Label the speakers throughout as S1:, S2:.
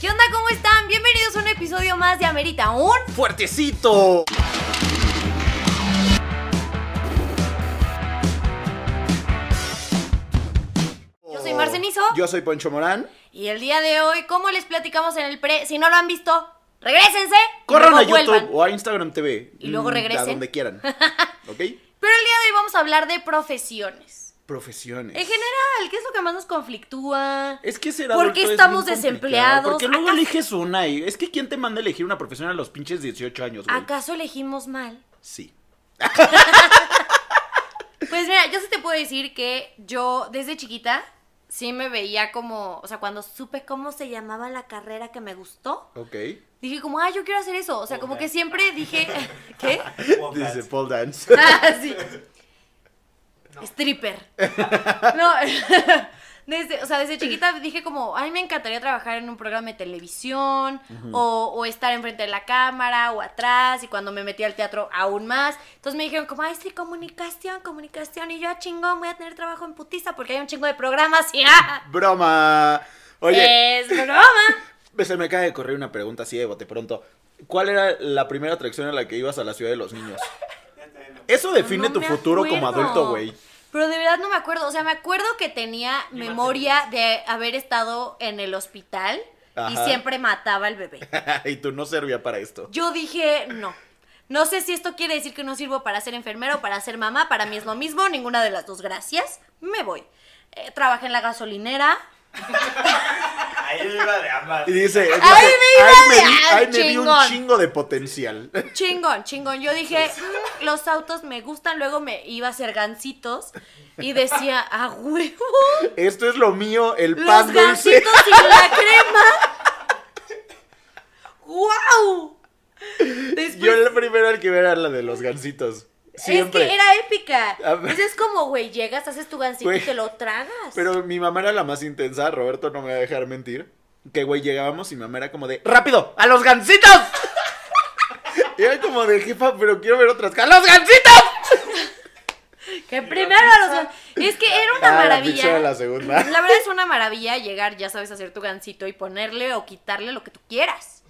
S1: ¿Qué onda? ¿Cómo están? Bienvenidos a un episodio más de Amerita Un.
S2: ¡Fuertecito!
S1: Yo soy Marcenizo.
S2: Yo soy Poncho Morán.
S1: Y el día de hoy, como les platicamos en el pre, si no lo han visto, regrésense. y
S2: Corran a
S1: luego
S2: YouTube
S1: vuelvan.
S2: o a Instagram TV.
S1: Y luego
S2: Mm,
S1: regresen.
S2: A donde quieran. ¿Ok?
S1: Pero el día de hoy vamos a hablar de profesiones.
S2: Profesiones.
S1: En general, ¿qué es lo que más nos conflictúa?
S2: Es que ser
S1: ¿Por
S2: adulto
S1: qué
S2: es
S1: estamos
S2: bien complicado,
S1: desempleados?
S2: Porque luego
S1: ¿Acaso-
S2: eliges una y... Es que ¿quién te manda a elegir una profesión a los pinches 18 años, güey?
S1: ¿Acaso elegimos mal?
S2: Sí.
S1: Pues mira, yo sí te puedo decir que yo desde chiquita sí me veía como, o sea, cuando supe cómo se llamaba la carrera que me gustó,
S2: Ok.
S1: dije como, ah, yo quiero hacer eso. O sea, como que siempre dije, ¿qué?
S2: Dice pole dance.
S1: Ah, sí. Stripper. No, desde, o sea, desde chiquita dije como, ay, me encantaría trabajar en un programa de televisión o, o estar enfrente de la cámara o atrás y cuando me metí al teatro aún más. Entonces me dijeron como, ay, sí, comunicación, comunicación y yo "Ah, chingón voy a tener trabajo en putiza porque hay un chingo de programas y ¡ah!
S2: Broma. Oye,
S1: Es broma.
S2: se me acaba de correr una pregunta así de bote pronto. ¿Cuál era la primera atracción a la que ibas a la ciudad de los niños? Eso define
S1: No
S2: tu
S1: me
S2: futuro como
S1: acuerdo.
S2: adulto, güey.
S1: Pero de verdad no me acuerdo. O sea, me acuerdo que tenía memoria de haber estado en el hospital y
S2: Ajá.
S1: siempre mataba al bebé.
S2: y tú no servía para esto.
S1: Yo dije, no. No sé si esto quiere decir que no sirvo para ser enfermera o para ser mamá. Para mí es lo mismo. Ninguna de las dos. Gracias. Me voy. Eh, trabajé en la gasolinera.
S3: Ahí iba de ambas.
S2: Y dice, dice,
S1: Ay, me iba
S2: "Ay, me
S1: de-
S2: di-
S1: ay,
S2: ay, me di
S1: chingón".
S2: un chingo de potencial.
S1: Chingón, chingón. Yo dije, "Mm, los autos me gustan. Luego me iba a hacer gancitos. Y decía, a huevo.
S2: Esto es lo mío, el
S1: Los
S2: pan dulce.
S1: gansitos y la crema. ¡Wow! Después,
S2: Yo el primero al que ver era la de los gansitos. Siempre.
S1: pues. Es que era épica.
S2: A ver.
S1: Pues es como, güey, llegas, haces tu gancito y
S2: Güey.
S1: te lo tragas.
S2: Pero mi mamá era la más intensa, Roberto no me va a dejar mentir. Que güey, llegábamos y mi mamá era como de ¡Rápido! ¡A los gansitos! Y era como de jefa, pero quiero ver otras. ¡A los gansitos!
S1: Que primero a los gan- Es que era una
S2: Ah, la pizza
S1: maravilla.
S2: era la segunda.
S1: La verdad es una maravilla llegar, ya sabes, a hacer tu gancito y ponerle o quitarle lo que tú quieras.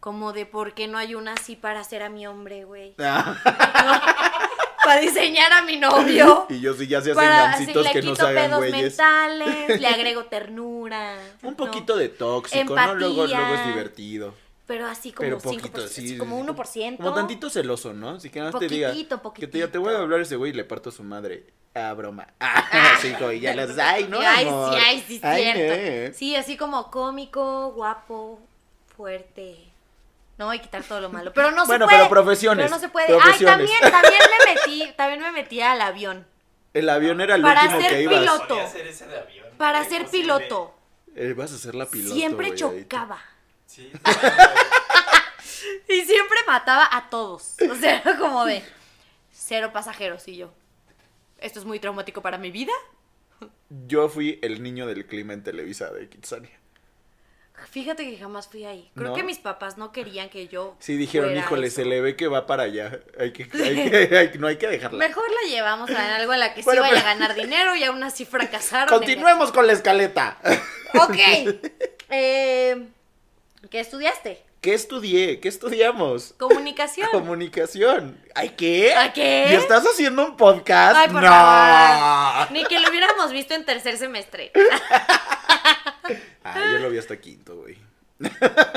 S1: Como de por qué no hay una así para hacer a mi hombre, güey.
S2: Ah,
S1: Para diseñar a mi novio.
S2: y yo sí ya se hacen
S1: Para así
S2: gansitos
S1: le
S2: que no
S1: quito
S2: se hagan
S1: pedos
S2: güeyes.
S1: mentales, le agrego ternura.
S2: Un
S1: ¿no?
S2: poquito de tóxico, ¿no? Luego,
S1: Empatía.
S2: luego es divertido.
S1: Pero así como
S2: Pero
S1: 5%,
S2: poquito, sí,
S1: así
S2: sí,
S1: como
S2: sí.
S1: 1%.
S2: Como tantito celoso, ¿no? Si que nada más te diga.
S1: Poquitito,
S2: Que te diga, te voy
S1: poquitito.
S2: a hablar a ese güey y le parto a su madre. Ah, broma. Ah, sí, como, ya los ay, ¿no?
S1: ay,
S2: amor?
S1: sí, ay, sí,
S2: Ay,
S1: cierto.
S2: eh.
S1: Sí, así como cómico, guapo, fuerte. No, y quitar todo lo malo. Pero no
S2: Bueno,
S1: se puede.
S2: pero profesiones,
S1: Pero no se puede.
S2: profesiones.
S1: Ay, también, también me metí, también me metí al avión.
S2: El avión era el
S1: Para
S2: último
S1: ser
S2: que ibas.
S1: piloto.
S3: Solía ser ese de avión.
S1: Para
S3: Era
S1: ser
S3: imposible.
S1: piloto.
S2: Eh, vas a ser la piloto.
S1: siempre
S2: güey, ahorita.
S1: chocaba.
S3: Sí, sí, sí.
S1: Y siempre mataba a todos. O sea, era como de cero pasajeros y yo. Esto es muy traumático para mi vida.
S2: Yo fui el niño del clima en Televisa de Kitsania.
S1: Fíjate que jamás fui ahí. Creo
S2: ¿No?
S1: que mis papás no querían que yo.
S2: Sí, dijeron,
S1: fuera
S2: híjole,
S1: eso.
S2: se le ve que va para allá. Hay que, hay que- hay- no hay que dejarla.
S1: Mejor la llevamos a algo a la que
S2: Bueno,
S1: sí vaya
S2: pero-
S1: a ganar dinero y aún así fracasaron.
S2: Continuemos con la escaleta.
S1: Ok. Eh, ¿Qué estudiaste?
S2: ¿Qué estudié? ¿Qué estudiamos?
S1: Comunicación.
S2: Comunicación. ¿Ay qué?
S1: ¿A qué?
S2: ¿Y estás haciendo un podcast?
S1: Ay, por
S2: no.
S1: favor. Ni que lo hubiéramos visto en tercer semestre.
S2: Ah, yo lo vi hasta quinto, güey.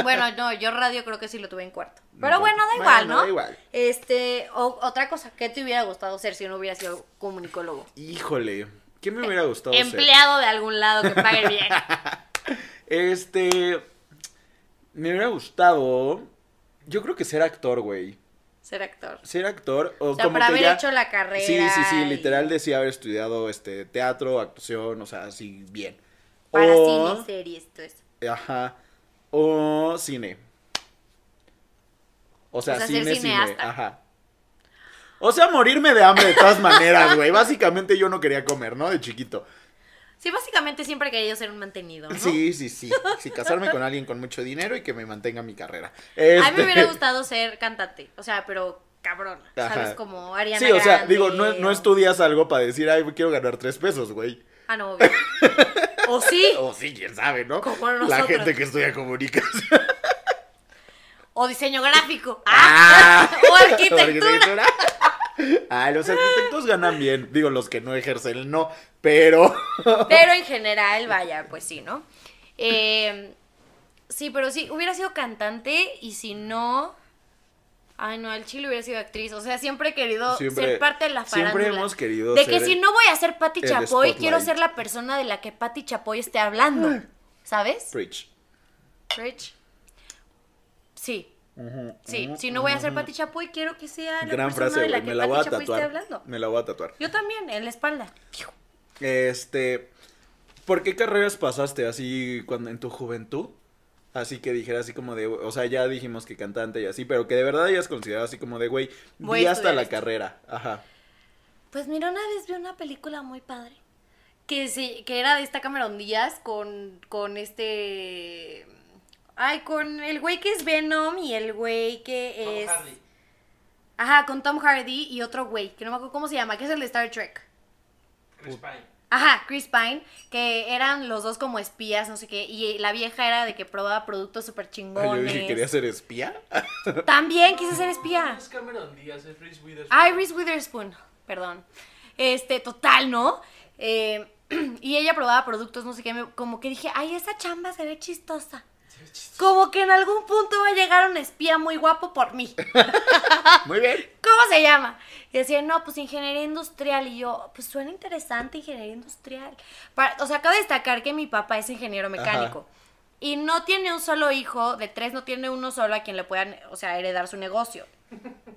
S1: Bueno, no, yo radio creo que sí lo tuve en cuarto.
S2: No,
S1: Pero bueno, da igual,
S2: bueno,
S1: ¿no?
S2: da igual.
S1: Este, o- otra cosa, ¿qué te hubiera gustado ser si no hubiera sido comunicólogo?
S2: Híjole, ¿qué me hubiera gustado ser?
S1: Empleado de algún lado que pague bien.
S2: Este, me hubiera gustado, yo creo que ser actor, güey.
S1: Ser actor.
S2: Ser actor o,
S1: O sea,
S2: como
S1: para
S2: que
S1: haber
S2: ya-
S1: hecho la carrera.
S2: Sí, sí, sí,
S1: y-
S2: literal decía haber estudiado este teatro, actuación, o sea, así bien.
S1: Para
S2: O-
S1: cine, series, todo eso.
S2: Ajá. O cine. O sea,
S1: O sea, ser
S2: cine, cine.
S1: cineasta.
S2: Ajá. O sea, morirme de hambre de todas maneras, güey. Básicamente yo no quería comer, ¿no? De chiquito.
S1: Sí, básicamente siempre he querido ser un mantenido, ¿no?
S2: Sí, sí, sí. Sí, casarme con alguien con mucho dinero y que me mantenga mi carrera.
S1: A mí me
S2: Este,
S1: hubiera gustado ser cantante, o sea, pero cabrona,
S2: Ajá.
S1: ¿sabes? Como Ariana
S2: Sí, o sea,
S1: Grande
S2: digo, no, no
S1: o-
S2: estudias algo para decir, ay, quiero ganar tres pesos, güey.
S1: Ah, no, obvio. O sí.
S2: O sí, quién sabe, ¿no?
S1: Como
S2: La
S1: nosotros.
S2: gente que estudia comunicación.
S1: O diseño gráfico.
S2: Ah.
S1: Ah. O arquitectura.
S2: Arquitectura. Ah, los arquitectos ganan bien. Digo, los que no ejercen, no. Pero.
S1: Pero en general, vaya, pues sí, ¿no? Eh, sí, pero sí, hubiera sido cantante y si no. Ay, no, al chile hubiera sido actriz. O sea, siempre he querido
S2: Siempre-
S1: ser parte de la
S2: siempre
S1: farándula.
S2: hemos querido
S1: De
S2: ser
S1: que
S2: el-
S1: si no voy a ser Pati
S2: el
S1: Chapoy, quiero
S2: spotlight.
S1: ser la persona de la que Pati Chapoy esté hablando. ¿Sabes?
S2: Preach.
S1: Rich. Sí.
S2: Ujú,
S1: Sí,
S2: ujú,
S1: si no voy a ser
S2: ujú.
S1: Pati Chapoy, quiero que sea la
S2: Gran
S1: persona
S2: frase,
S1: pues, de la
S2: güey.
S1: que
S2: Me la
S1: Pati
S2: voy a
S1: Chapoy esté
S2: tatuar.
S1: hablando.
S2: Me la voy a tatuar.
S1: Yo también, en la espalda.
S2: Este. ¿Por qué carreras pasaste así cuando en tu juventud? Así que dijera así como de, o sea, ya dijimos que cantante y así, pero que de verdad hayas considerado así como de, güey,
S1: Voy
S2: di
S1: a
S2: hasta
S1: estudiar
S2: la
S1: esto.
S2: carrera. Ajá.
S1: Pues mira, una vez vi una película muy padre. Que sí, que era de esta Cameron Díaz con, con este. Ay, con el güey que es Venom y el güey que es.
S3: Hardy.
S1: Ajá, con Tom Hardy y otro güey, que no me acuerdo cómo se llama, que es el de Star Trek.
S3: Chris Pine.
S1: Ajá, Chris Pine, que eran los dos como espías, no sé qué, y la vieja era de que probaba productos súper
S2: Ay,
S1: chingones.
S2: Ah, yo dije, ¿quería ser espía?
S1: También quise ser espía.
S3: No Ah, es Cameron Díaz, es Reese Witherspoon.
S1: Iris Witherspoon, perdón. Este, total, ¿no? Eh, y ella probaba productos, no sé qué, me- como que dije, ay, esa chamba se ve chistosa.
S3: Se ve chistoso.
S1: Como que en algún punto va a llegar un espía muy guapo por mí.
S2: Ah, Muy bien.
S1: ¿Cómo se llama? Y decía, no, pues ingeniería industrial. Y yo, pues suena interesante ingeniería industrial. Pa- o sea, acabo de destacar que mi papá es ingeniero mecánico. Y no tiene un solo hijo, de tres no tiene uno solo a quien le puedan, o sea, heredar su negocio.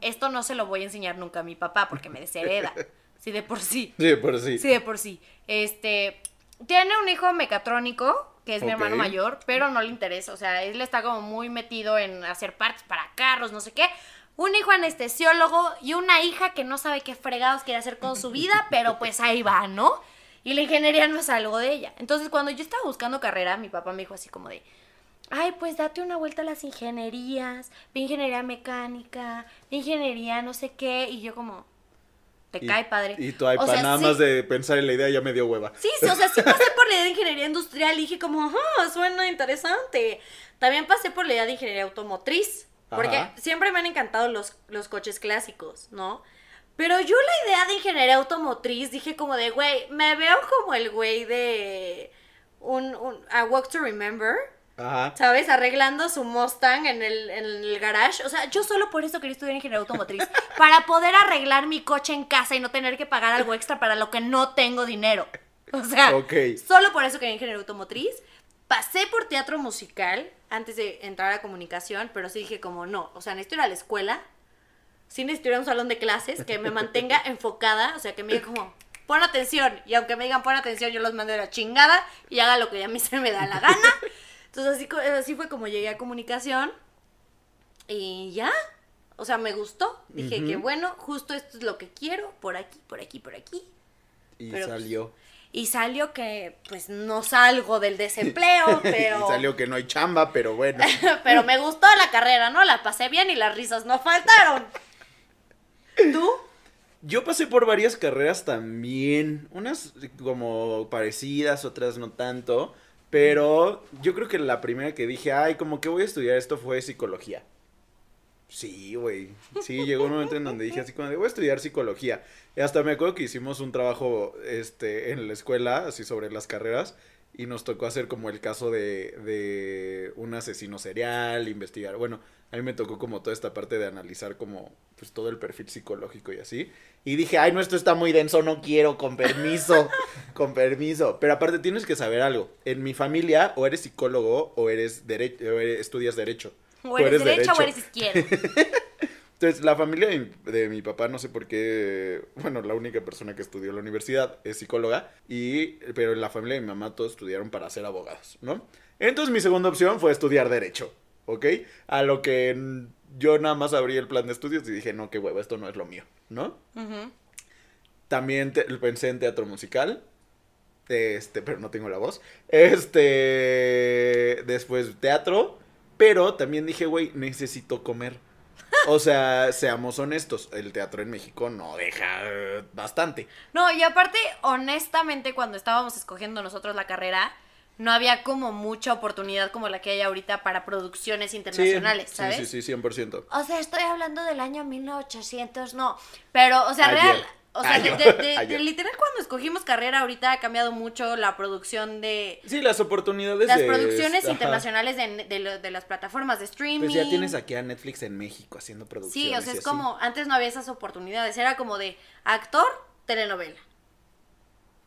S1: Esto no se lo voy a enseñar nunca a mi papá porque me deshereda. Si de por sí.
S2: Sí, por sí.
S1: Sí, de por sí. Este, tiene un hijo mecatrónico, que es mi hermano
S2: Ok.
S1: mayor, pero no le interesa, o sea, él está como muy metido en hacer partes para carros, no sé qué. Un hijo anestesiólogo y una hija que no sabe qué fregados quiere hacer con su vida, pero pues ahí va, ¿no? Y la ingeniería no es algo de ella. Entonces, cuando yo estaba buscando carrera, mi papá me dijo así como de, Ay, pues date una vuelta a las ingenierías, vi ingeniería mecánica, vi ingeniería no sé qué, y yo como, te
S2: Y-
S1: cae padre.
S2: Y tú, ay,
S1: O
S2: pa,
S1: sea,
S2: nada
S1: sí,
S2: más de pensar en la idea ya me dio hueva.
S1: Sí, sí, o sea, sí pasé por la idea de ingeniería industrial y dije como, ah, suena interesante. También pasé por la idea de ingeniería automotriz, porque
S2: Ajá.
S1: siempre me han encantado los, los coches clásicos, ¿no? Pero yo la idea de ingeniería automotriz dije como de, güey, me veo como el güey de un, un- A Walk to Remember,
S2: Ajá.
S1: ¿sabes? Arreglando su Mustang en el, en el garage. O sea, yo solo por eso quería estudiar ingeniería automotriz, para poder arreglar mi coche en casa y no tener que pagar algo extra para lo que no tengo dinero. O sea,
S2: Ok.
S1: Solo por eso quería ingeniería automotriz. Pasé por teatro musical antes de entrar a comunicación, pero sí dije como no, o sea, necesito ir a la escuela, sí necesito ir a un salón de clases que me mantenga enfocada, o sea, que me diga como pon atención, y aunque me digan pon atención, yo los mando a la chingada y haga lo que a mí se me da la gana. Entonces así, co- así fue como llegué a comunicación y ya, o sea, me gustó, dije
S2: Ujú.
S1: que bueno, justo esto es lo que quiero, por aquí, por aquí, por aquí.
S2: Y
S1: Pero- pues,
S2: salió.
S1: Y salió que, pues, no salgo del desempleo, pero...
S2: Y salió que no hay chamba, pero bueno.
S1: pero me gustó la carrera, ¿no? La pasé bien y las risas no faltaron. ¿Tú?
S2: Yo pasé por varias carreras también, unas como parecidas, otras no tanto, pero yo creo que la primera que dije, ay, como que voy a estudiar esto fue psicología. Sí, güey. Sí, llegó un momento en donde dije así como de, voy a estudiar psicología. Y hasta me acuerdo que hicimos un trabajo este, en la escuela, así sobre las carreras, y nos tocó hacer como el caso de, de un asesino serial, investigar. Bueno, a mí me tocó como toda esta parte de analizar como pues todo el perfil psicológico y así. Y dije, ay, no, esto está muy denso, no quiero, con permiso, con permiso. Pero aparte tienes que saber algo. En mi familia o eres psicólogo o eres, dere- o eres- estudias derecho.
S1: ¿O eres,
S2: Tú eres
S1: derecha o
S2: derecho.
S1: eres izquierda?
S2: Entonces, la familia de mi, de mi papá, no sé por qué, bueno, la única persona que estudió en la universidad es psicóloga, y, pero en la familia de mi mamá todos estudiaron para ser abogados, ¿no? Entonces, mi segunda opción fue estudiar derecho, ¿ok? A lo que mm, yo nada más abrí el plan de estudios y dije, no, qué huevo, esto no es lo mío, ¿no?
S1: Ujú.
S2: También te- pensé en teatro musical. Este, pero no tengo la voz. Este, después teatro, pero también dije, güey, necesito comer. O sea, seamos honestos, el teatro en México no deja eh, bastante.
S1: No, y aparte, honestamente, cuando estábamos escogiendo nosotros la carrera, no había como mucha oportunidad como la que hay ahorita para producciones internacionales,
S2: sí,
S1: ¿sabes?
S2: sí, sí, sí, 100%.
S1: O sea, estoy hablando del año 1800, no. Pero, o sea,
S2: Ayer.
S1: real. O sea,
S2: Ayer.
S1: de- de- de-
S2: Ayer.
S1: de literal cuando escogimos carrera ahorita ha cambiado mucho la producción de
S2: Sí, las oportunidades
S1: las
S2: de-
S1: producciones
S2: ajá.
S1: internacionales de, de lo- de las plataformas de streaming.
S2: Pues ya tienes aquí a Netflix en México haciendo producciones.
S1: Sí, o sea,
S2: y
S1: es
S2: así.
S1: como, antes no había esas oportunidades, era como de actor, telenovela.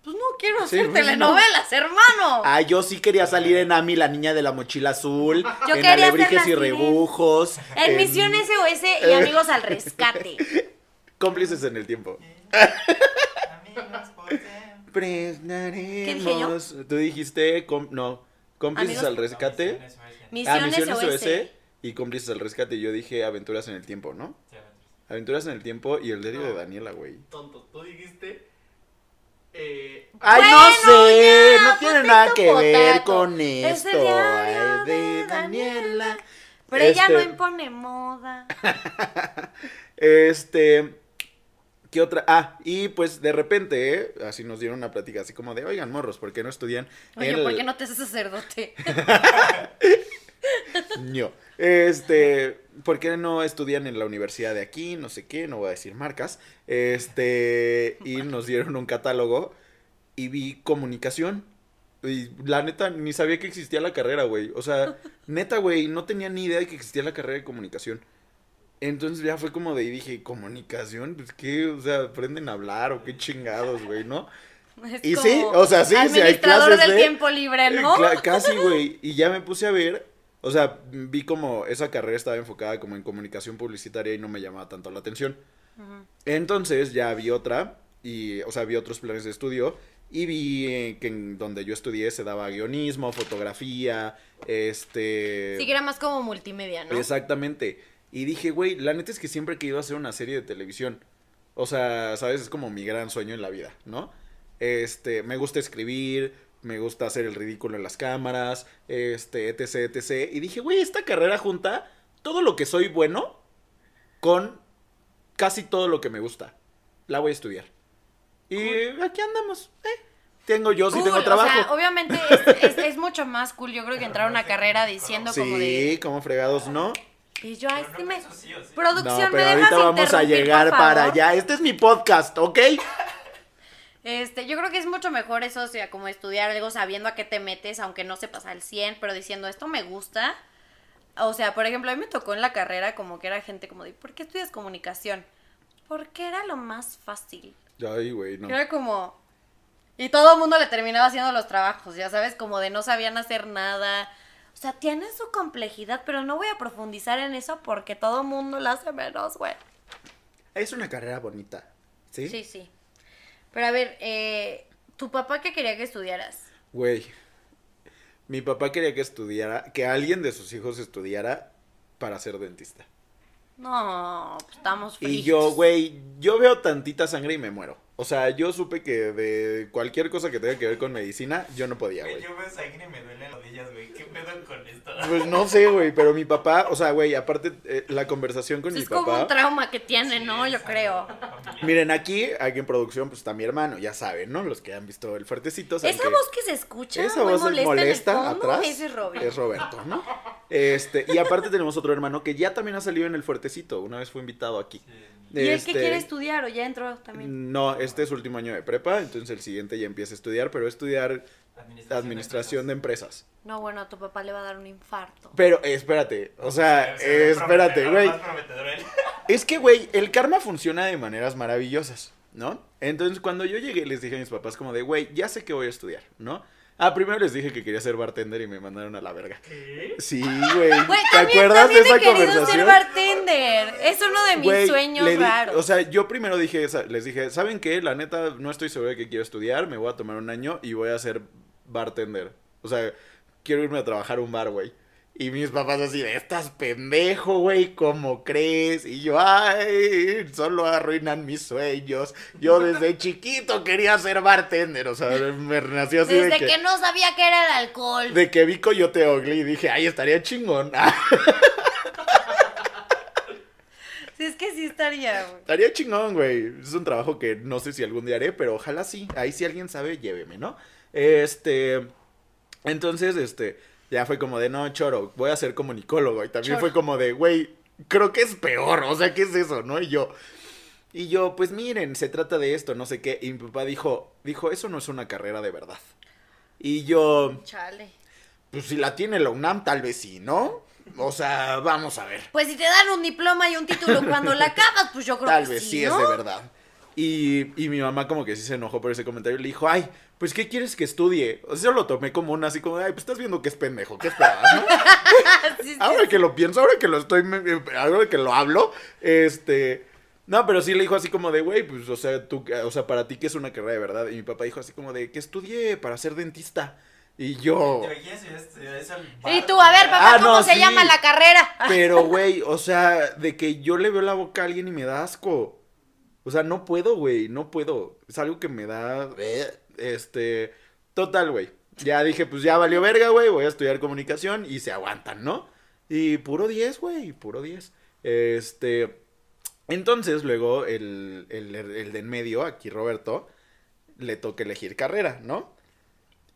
S1: Pues no quiero
S2: Sí,
S1: hacer
S2: pues,
S1: telenovelas, hermano.
S2: Ah, yo sí quería salir en Ami, la niña de la mochila azul.
S1: Yo
S2: en
S1: quería ser
S2: Alebrijes
S1: la
S2: y
S1: Siren.
S2: Rebujos.
S1: en Misión SOS
S2: eh,
S1: y Amigos al Rescate.
S2: Ah, Cómplices en el tiempo.
S3: Amigos, por siempre.
S2: Pregnaremos. Tú dijiste, com- no, cómplices
S1: Amigos-
S2: al rescate.
S3: Misiones, oeste,
S2: Ah,
S1: Misiones
S2: misiones
S1: SOS.
S2: OS y cómplices al rescate. Yo dije aventuras en el tiempo, ¿no?
S3: teatros.
S2: Aventuras en el tiempo y el diario de
S3: No.
S2: Daniela, güey.
S3: Tonto, tú dijiste. Eh,
S2: Ay,
S1: Bueno,
S2: no sé,
S1: ya,
S2: no tiene
S1: potato,
S2: nada que ver
S1: potato.
S2: con
S1: Es el
S2: esto.
S1: diario
S2: Ay, de
S1: de
S2: Daniela.
S1: Pero ella
S2: Este-
S1: no impone moda.
S2: Este. ¿Qué otra? Ah, y pues de repente, ¿eh? así nos dieron una plática, así como de, oigan, morros, ¿por qué no estudian?
S1: Oye,
S2: el-
S1: ¿por qué no te haces sacerdote?
S2: No. Este, ¿por qué no estudian en la universidad de aquí? No sé qué, no voy a decir marcas. Este, y nos dieron un catálogo y vi comunicación. Y la neta, ni sabía que existía la carrera, güey. O sea, neta, güey, no tenía ni idea de que existía la carrera de comunicación. Entonces ya fue como de, y dije, ¿comunicación? Pues qué, o sea, aprenden a hablar o qué chingados, güey, ¿no?
S1: Es
S2: Y
S1: como
S2: sí, o sea, sí, sí, hay
S1: administrador
S2: clases
S1: del
S2: de-
S1: tiempo libre, ¿no?
S2: Eh, Cla- casi, güey. Y ya me puse a ver. O sea, vi como esa carrera estaba enfocada como en comunicación publicitaria y no me llamaba tanto la atención.
S1: Ujú.
S2: Entonces ya vi otra. Y, o sea, vi otros planes de estudio. Y vi eh, que en donde yo estudié se daba guionismo, fotografía, este...
S1: Sí, que era más como multimedia, ¿no?
S2: Exactamente. Y dije, güey, la neta es que siempre he querido hacer una serie de televisión. O sea, ¿sabes? Es como mi gran sueño en la vida, ¿no? Este, me gusta escribir, me gusta hacer el ridículo en las cámaras, este, etc, etc. Y dije, güey, esta carrera junta todo lo que soy bueno con casi todo lo que me gusta. La voy a estudiar. Y aquí andamos, ¿eh? Tengo yo, sí
S1: Cool,
S2: tengo trabajo.
S1: O sea, obviamente es, es- es mucho más cool, yo creo que entrar a una carrera diciendo
S2: sí,
S1: como de.
S2: como fregados, ¿no.
S1: Y yo, ay,
S3: pero no
S1: sí este me-
S3: eso sí o sí.
S1: Producción,
S2: no, pero
S1: ¿me
S2: ahorita
S1: dejas
S2: vamos a
S1: interrumpir,
S2: llegar
S1: por
S2: para
S1: favor?
S2: allá. Este es mi podcast, ¿ok?
S1: Este, yo creo que es mucho mejor eso, o sea, como estudiar algo sabiendo a qué te metes, aunque no sepas al 100, pero diciendo esto me gusta. O sea, por ejemplo, a mí me tocó en la carrera como que era gente como de, ¿por qué estudias comunicación? Porque era lo más fácil.
S2: Ay, güey, no.
S1: Era como. Y todo el mundo le terminaba haciendo los trabajos, ya sabes, como de no sabían hacer nada. O sea, tiene su complejidad, pero no voy a profundizar en eso porque todo el mundo la hace menos, güey.
S2: Es una carrera bonita, ¿sí?
S1: Sí, sí. Pero a ver, eh, ¿tu papá qué quería que estudiaras?
S2: Güey, mi papá quería que estudiara, que alguien de sus hijos estudiara para ser dentista.
S1: No, pues estamos fritos.
S2: Y yo, güey, yo veo tantita sangre y me muero. O sea, yo supe que de cualquier cosa que tenga que ver con medicina, yo no podía,
S3: Güey,
S2: güey.
S3: Yo veo sangre y me duelen las rodillas, güey. ¿Qué pedo con esto?
S2: Pues no sé, güey, pero mi papá, o sea, güey, aparte eh, la conversación con
S1: Pues
S2: mi
S1: es
S2: papá.
S1: como un trauma que tiene,
S3: Sí,
S1: ¿no? Yo
S3: es
S1: creo.
S3: algo familiar.
S2: Miren, aquí, aquí en producción, pues está mi hermano, ya saben, ¿no? Los que han visto el fuertecito. saben
S1: Esa
S2: que-
S1: voz que se escucha,
S2: Esa
S1: muy
S2: voz
S1: molesta,
S2: molesta,
S1: en el fondo,
S2: atrás.
S1: ese es Robin.
S2: Es Roberto, ¿no? Este, y aparte tenemos otro hermano que ya también ha salido en el fuertecito. Una vez fue invitado aquí.
S3: Sí.
S1: ¿Y el
S2: Este,
S1: que quiere estudiar o ya entró también?
S2: No, este es su último año de prepa, entonces el siguiente ya empieza a estudiar, pero va a estudiar administración de empresas.
S1: No, bueno, a tu papá le va a dar un infarto.
S2: Pero eh, espérate, o sea,
S3: Se ve
S2: eh, espérate,
S3: prometedor,
S2: güey.
S3: más prometedor él.
S2: Es que, güey, el karma funciona de maneras maravillosas, ¿no? Entonces, cuando yo llegué, les dije a mis papás como de, güey, ya sé que voy a estudiar, ¿no? Ah, primero les dije que quería ser bartender y me mandaron a la verga.
S3: ¿Qué?
S2: Sí, güey.
S1: Güey,
S2: ¿Te
S1: también-
S2: acuerdas de
S1: también
S2: esa
S1: he querido ser
S2: conversación?
S1: bartender. Es uno de mis
S2: Güey,
S1: sueños
S2: le di-
S1: raros.
S2: O sea, yo primero dije, esa- les dije, ¿saben qué? La neta, no estoy seguro de que quiero estudiar, me voy a tomar un año y voy a ser bartender. O sea, quiero irme a trabajar a un bar, güey. Y mis papás así de, estás pendejo, güey, ¿cómo crees? Y yo, ay, solo arruinan mis sueños. Yo desde chiquito quería ser bartender, o sea, me nació así
S1: Desde
S2: de
S1: que...
S2: que,
S1: no sabía que era el alcohol.
S2: De que vi Coyote Ogli y dije, ay, estaría chingón.
S1: es que sí estaría, güey.
S2: Estaría chingón, güey. Es un trabajo que no sé si algún día haré, pero ojalá sí. Ahí si alguien sabe, lléveme, ¿no? Este. Entonces, este. Ya fue como de, no, choro, voy a ser comunicólogo. Y también
S1: Choro.
S2: fue como de, güey, creo que es peor. O sea, ¿qué es eso, no? Y yo. Y yo, pues miren, se trata de esto, no sé qué. Y mi papá dijo, dijo, eso no es una carrera de verdad. Y yo,
S1: Chale.
S2: pues si la tiene la UNAM, tal vez sí, ¿no? O sea, vamos a ver.
S1: Pues si te dan un diploma y un título cuando la acabas, pues yo creo
S2: Tal
S1: que
S2: vez sí,
S1: ¿no?
S2: es de verdad. Y, y mi mamá como que sí se enojó por ese comentario y le dijo, ay, pues ¿qué quieres que estudie? O sea, yo lo tomé como una así como, ay, pues estás viendo que es pendejo, ¿qué esperabas? no?"
S1: Sí, sí,
S2: ahora que lo pienso, ahora que lo estoy, me- me- ahora que lo hablo, este... No, pero sí le dijo así como de, güey, pues, o sea, tú, o sea, para ti que es una carrera de verdad. Y mi papá dijo así como de, que estudie para ser dentista. Y yo...
S3: Te imaginas si hubieras estudiado eso al
S1: Y
S3: bar,
S1: tú, a ver,
S3: güey.
S1: papá,
S2: Ah,
S1: ¿cómo
S2: no,
S1: se
S2: sí.
S1: llama la carrera?
S2: Pero, güey, o sea, de que yo le veo la boca a alguien y me da asco. O sea, no puedo, güey, no puedo. Es algo que me da... Este... Total, güey. Ya dije, pues ya valió verga, güey, voy a estudiar comunicación y se aguantan, ¿no? Y puro 10, güey, puro 10. Este... Entonces, luego, el, el, el de en medio, aquí Roberto, le toca elegir carrera, ¿no?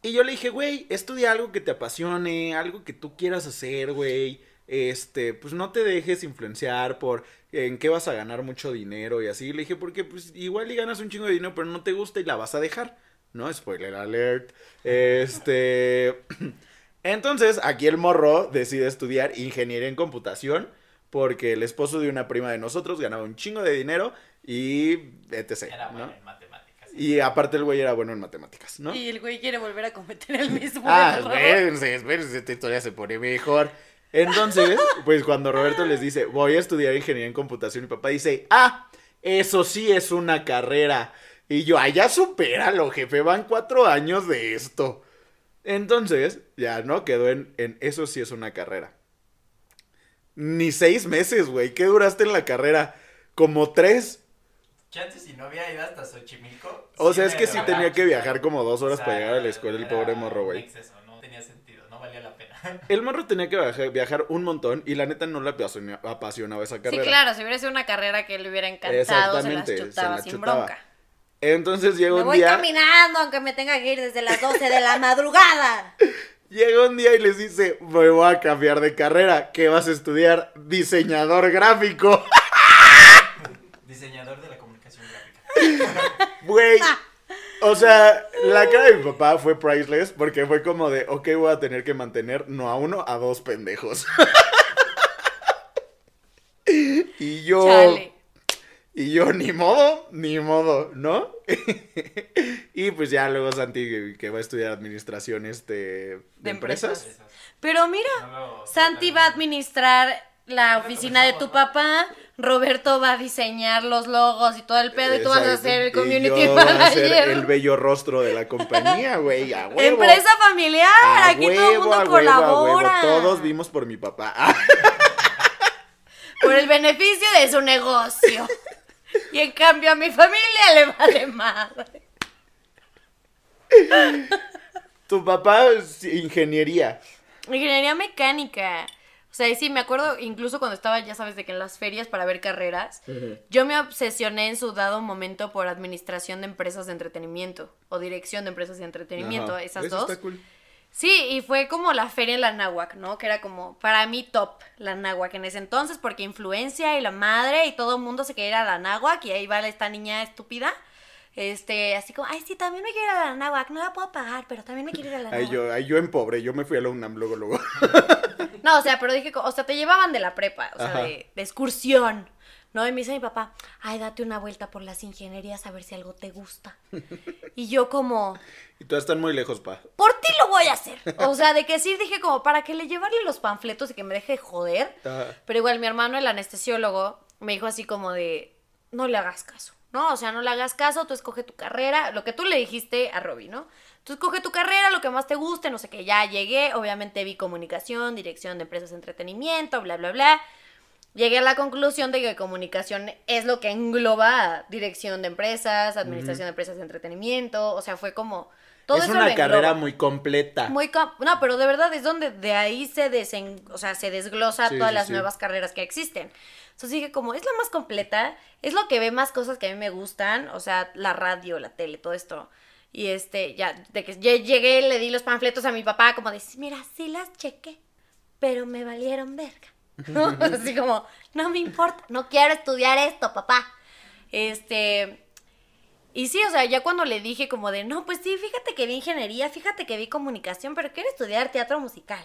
S2: Y yo le dije, güey, estudia algo que te apasione, algo que tú quieras hacer, güey. Este, pues no te dejes influenciar por en qué vas a ganar mucho dinero y así. Le dije, porque pues igual y ganas un chingo de dinero, pero no te gusta y la vas a dejar. No, spoiler alert. Este. Entonces, aquí el morro decide estudiar ingeniería en computación. Porque el esposo de una prima de nosotros ganaba un chingo de dinero y etc.
S3: Era bueno
S2: ¿no?
S3: en matemáticas.
S2: Y aparte el güey era bueno en matemáticas, ¿no?
S1: Y el güey quiere volver a cometer el mismo
S2: Ah,
S1: error.
S2: espérense, espérense, esta historia se pone mejor. Entonces, pues cuando Roberto les dice, voy a estudiar ingeniería en computación, mi papá dice, ah, eso sí es una carrera. Y yo, allá supéralo, jefe, van cuatro años de esto. Entonces, ya no quedó en, en eso sí es una carrera. Ni seis meses, güey. ¿Qué duraste en la carrera? Como tres.
S3: Chance si no había ido hasta Xochimilco.
S2: O
S3: sí
S2: sea, es
S3: me
S2: que sí
S3: daba
S2: tenía que
S3: chance.
S2: viajar como dos horas
S3: O sea,
S2: para llegar a la escuela el
S3: era
S2: pobre morro,
S3: un
S2: güey.
S3: exceso, no tenía sentido, no valía la pena.
S2: El morro tenía que viaja- viajar un montón y la neta no le apasiona- apasionaba esa
S1: Sí,
S2: carrera.
S1: claro, si hubiera sido una carrera que le hubiera encantado, se las
S2: Exactamente, se
S1: chutaba
S2: la
S1: sin
S2: chutaba.
S1: bronca.
S2: Entonces llega
S1: Me
S2: un
S1: voy
S2: día,
S1: caminando, aunque me tenga que ir desde las 12 de la madrugada.
S2: llega un día y les dice, me voy a cambiar de carrera, ¿qué vas a estudiar? Diseñador gráfico.
S3: Diseñador de la comunicación gráfica.
S2: Güey. O sea, la cara de mi papá fue priceless porque fue como de, ok, voy a tener que mantener no a uno, a dos pendejos. y yo...
S1: Chale.
S2: Y yo, ni modo, ni modo, ¿no? y pues ya luego Santi, que va a estudiar administración este, de,
S1: De
S2: empresas.
S1: empresas. Pero mira,
S3: No lo-
S1: Santi
S3: no
S1: va a
S3: lo-
S1: administrar la oficina de tu papá, Roberto va a diseñar los logos y todo el pedo, y tú vas a
S2: Exacto,
S1: ser el
S2: y yo
S1: community
S2: voy a ser
S1: manager.
S2: el bello rostro de la compañía, güey, a huevo.
S1: Empresa familiar,
S2: A
S1: aquí todo el
S2: huevo,
S1: mundo
S2: a huevo, a huevo.
S1: colabora.
S2: Todos vimos por mi papá.
S1: Por el beneficio de su negocio. Y en cambio a mi familia le vale madre.
S2: tu papá es ingeniería.
S1: Ingeniería mecánica. O sea, y sí, me acuerdo incluso cuando estaba, ya sabes, de que en las ferias para ver carreras, yo me obsesioné en su dado momento por administración de empresas de entretenimiento o dirección de empresas de entretenimiento,
S2: Ajá,
S1: esas
S2: eso
S1: dos.
S2: está cool.
S1: Sí, y fue como la feria en la náhuac, ¿no? Que era como para mí top la náhuac en ese entonces, porque influencia y la madre y todo el mundo se quería ir a la náhuac y ahí va esta niña estúpida. Este, así como, ay, sí, también me quiero ir a la náhuac, no la puedo pagar, pero también me quiero ir a la náhuac.
S2: Ay, yo, ay, yo en pobre, yo me fui a la UNAM luego, luego.
S1: No, o sea, pero dije, co- o sea, te llevaban de la prepa, o sea,
S2: Ajá.
S1: de, de excursión. ¿No? Y me dice mi papá, ay, date una vuelta por las ingenierías a ver si algo te gusta. Y yo como,
S2: y todas están muy lejos, pa.
S1: por ti lo voy a hacer. O sea, de que sí dije como, para que le llevarle los panfletos y que me deje de joder.
S2: Ajá.
S1: Pero igual mi hermano, el anestesiólogo, me dijo así como de, no le hagas caso, ¿no? O sea, no le hagas caso, tú escoge tu carrera, lo que tú le dijiste a Robbie, ¿no? Tú escoge tu carrera, lo que más te guste, no sé qué, ya llegué, obviamente vi comunicación, dirección de empresas de entretenimiento, bla, bla, bla. Llegué a la conclusión de que comunicación es lo que engloba dirección de empresas, administración de empresas de entretenimiento, o sea, fue como Todo
S2: es
S1: eso
S2: una
S1: lo
S2: carrera
S1: engloba.
S2: muy completa.
S1: Muy com- no, pero de verdad es donde de ahí se desen- o sea, se desglosa
S2: Sí,
S1: todas
S2: sí,
S1: las
S2: sí.
S1: nuevas carreras que existen. Entonces dije como es la más completa, es lo que ve más cosas que a mí me gustan, o sea, la radio, la tele, todo esto. Y este, ya, de que yo llegué, le di los panfletos a mi papá, como de, "Sí, mira, sí las chequé, pero me valieron verga. ¿No? Así como, no me importa, no quiero estudiar esto, papá. Este, y sí, o sea, ya cuando le dije como de, no, pues sí, fíjate que vi ingeniería, fíjate que vi comunicación, pero quiero estudiar teatro musical.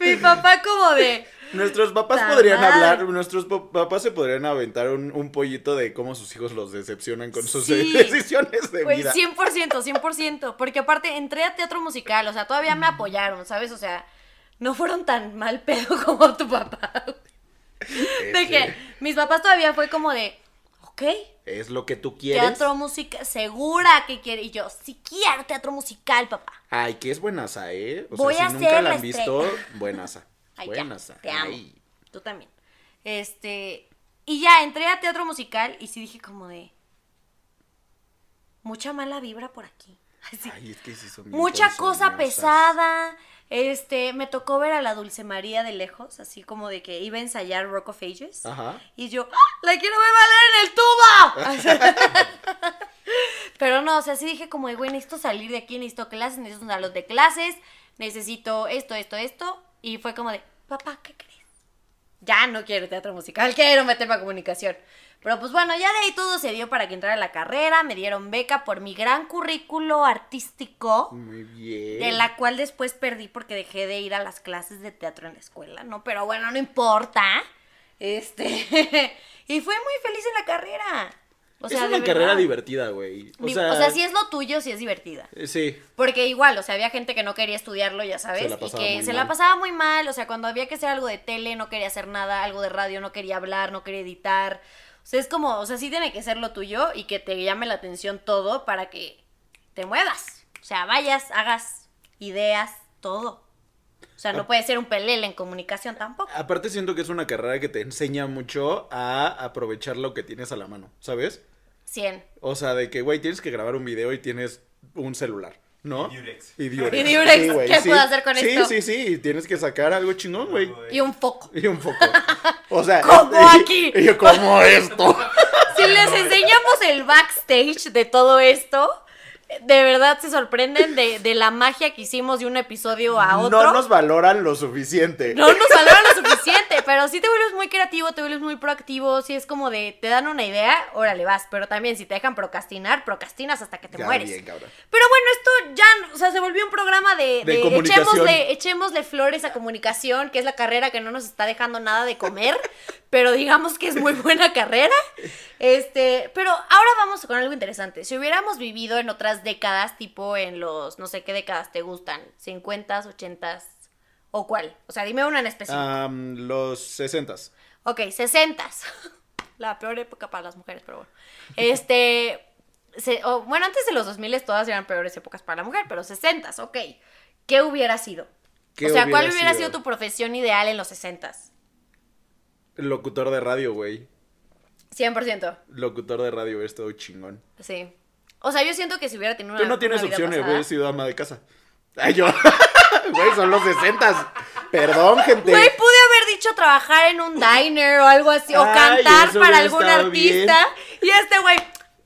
S1: Mi papá como de,
S2: Nuestros papás
S1: Puta
S2: podrían
S1: madre.
S2: hablar, nuestros pa- papás se podrían aventar un, un pollito de cómo sus hijos los decepcionan con sus
S1: Sí. Pues
S2: decisiones de
S1: güey,
S2: vida.
S1: 100%, 100%, porque aparte entré a teatro musical, o sea, todavía me apoyaron, ¿sabes? O sea, no fueron tan mal pedo como tu papá. De
S2: Este,
S1: que mis papás todavía fue como de, ok,
S2: Es lo que tú quieres.
S1: Teatro musical, segura que quiere. Y yo, si quiero teatro musical, papá.
S2: Ay, que es buenaza, ¿eh? O
S1: Voy
S2: sea,
S1: a
S2: si
S1: ser
S2: nunca la
S1: la
S2: han visto, buenaza.
S1: Ay, ya,
S2: buenaza.
S1: te amo.
S2: Ay.
S1: Tú también. Este. Y ya entré a teatro musical y sí dije como de. Mucha mala vibra por aquí. Así.
S2: Ay, es que sí son bien
S1: mucha cosa
S2: ponzoñosas.
S1: pesada. Este, me tocó ver a la Dulce María de lejos, así como de que iba a ensayar Rock of Ages.
S2: Ajá.
S1: Y yo, ¡Ah! ¡la quiero ver valer en el tubo! Pero no, o sea, sí dije como, de, güey, necesito salir de aquí, necesito clases, necesito un salón de clases, necesito esto, esto, esto. Y fue como de, papá, ¿qué crees? Ya no quiero teatro musical, quiero meterme a comunicación. Pero pues bueno, ya de ahí todo se dio para que entrara a la carrera, me dieron beca por mi gran currículo artístico.
S2: Muy bien.
S1: De la cual después perdí porque dejé de ir a las clases de teatro en la escuela, ¿no? Pero bueno, no importa. Este. y fue muy feliz en la carrera. O sea,
S2: es
S1: de
S2: una carrera
S1: verdad.
S2: divertida, güey. O
S1: Di-
S2: sea,
S1: si es lo tuyo, si es divertida.
S2: eh, Sí.
S1: Porque igual, o sea, había gente que no quería estudiarlo, ya sabes,
S2: Se la
S1: y
S2: pasaba
S1: que
S2: muy
S1: se
S2: mal.
S1: la pasaba muy mal, o sea, cuando había que hacer algo de tele, no quería hacer nada, algo de radio, no quería hablar, no quería editar. O sea, es como, o sea, sí tiene que ser lo tuyo y que te llame la atención todo para que te muevas. O sea, vayas, hagas ideas, todo. O sea,
S2: Ah.
S1: no puede ser un pelele en comunicación tampoco.
S2: Aparte siento que es una carrera que te enseña mucho a aprovechar lo que tienes a la mano, ¿sabes?
S1: 100.
S2: O sea, de que, güey, tienes que grabar un video y tienes un celular, ¿no?
S3: Y Durex.
S2: Y Durex.
S1: Y Durex,
S2: güey,
S1: ¿qué puedo hacer con
S2: sí,
S1: esto?
S2: Sí, sí, sí, y tienes que sacar algo chingón, güey.
S1: Y un foco.
S2: Y un foco. O sea,
S1: ¿Cómo
S2: y-
S1: aquí?
S2: Y yo, ¿cómo esto?
S1: Si les enseñamos el backstage de todo esto, de verdad se sorprenden de, de la magia que hicimos de un episodio a otro.
S2: No nos valoran lo suficiente.
S1: No nos valoran lo suficiente, pero sí te vuelves muy creativo, te vuelves muy proactivo, si es como de, te dan una idea, órale vas, pero también si te dejan procrastinar, procrastinas hasta que te
S2: Ya,
S1: mueres.
S2: bien, cabrón.
S1: Pero bueno, esto ya, o sea, se volvió un programa de,
S2: De
S1: de
S2: comunicación.
S1: echémosle, echémosle flores a comunicación, que es la carrera que no nos está dejando nada de comer, pero digamos que es muy buena carrera. Este, pero ahora vamos con algo interesante. Si hubiéramos vivido en otras décadas, tipo en los, no sé qué décadas te gustan, 50s, 80s, o cuál. O sea, dime una en específico.
S2: Am, los sesentas.
S1: Ok, 60. La peor época para las mujeres, pero bueno. Este. se- o, bueno, antes de los 2000 todas eran peores épocas para la mujer, pero 60, ok. ¿Qué hubiera sido?
S2: ¿Qué
S1: o sea, ¿cuál
S2: hubiera
S1: hubiera
S2: sido?
S1: sido tu profesión ideal en los 60?
S2: Locutor de radio, güey.
S1: 100%.
S2: Locutor de radio hubiera estado chingón.
S1: Sí. O sea, yo siento que si hubiera tenido una.
S2: Tú no tienes
S1: una vida
S2: opciones,
S1: pasada-
S2: güey, he sido ama de casa. Ay, yo. Güey, son los sesentas. Perdón, gente.
S1: Güey, pude haber dicho trabajar en un diner o algo así, o
S2: Ay,
S1: cantar
S2: eso
S1: para
S2: hubiera
S1: algún
S2: estado bien.
S1: artista. Y este güey,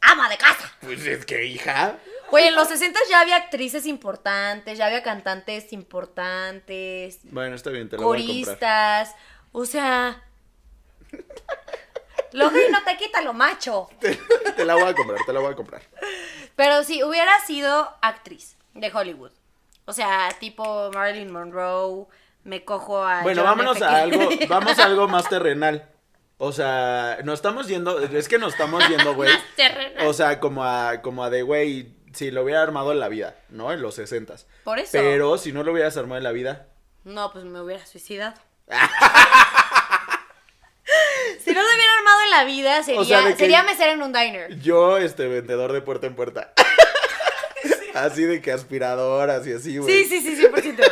S1: ama de casa.
S2: Pues es que, hija.
S1: Güey, en los 60 ya había actrices importantes, ya había cantantes importantes,
S2: Bueno, está bien, te la voy a comprar.
S1: coristas, o sea... Lo gay no te quita lo macho.
S2: Te, te la voy a comprar, te la voy a comprar.
S1: Pero si hubiera sido actriz de Hollywood, o sea, tipo Marilyn Monroe, me cojo a...
S2: Bueno,
S1: John
S2: vámonos
S1: F.
S2: a algo,
S1: Kennedy.
S2: vamos a algo más terrenal. O sea, nos estamos yendo, es que nos estamos yendo, güey.
S1: Más terrenal.
S2: O sea, como a, como a de, güey, si lo hubiera armado en la vida, ¿no? En los sesentas.
S1: Por eso.
S2: Pero si no lo hubieras armado en la vida,
S1: No, pues me hubiera suicidado. si no lo hubiera armado en la vida, sería,
S2: sea, de que-
S1: sería mesera en un diner.
S2: yo, este, vendedor de puerta en puerta. así de que aspiradoras y así, güey.
S1: Sí, sí, sí, 100%.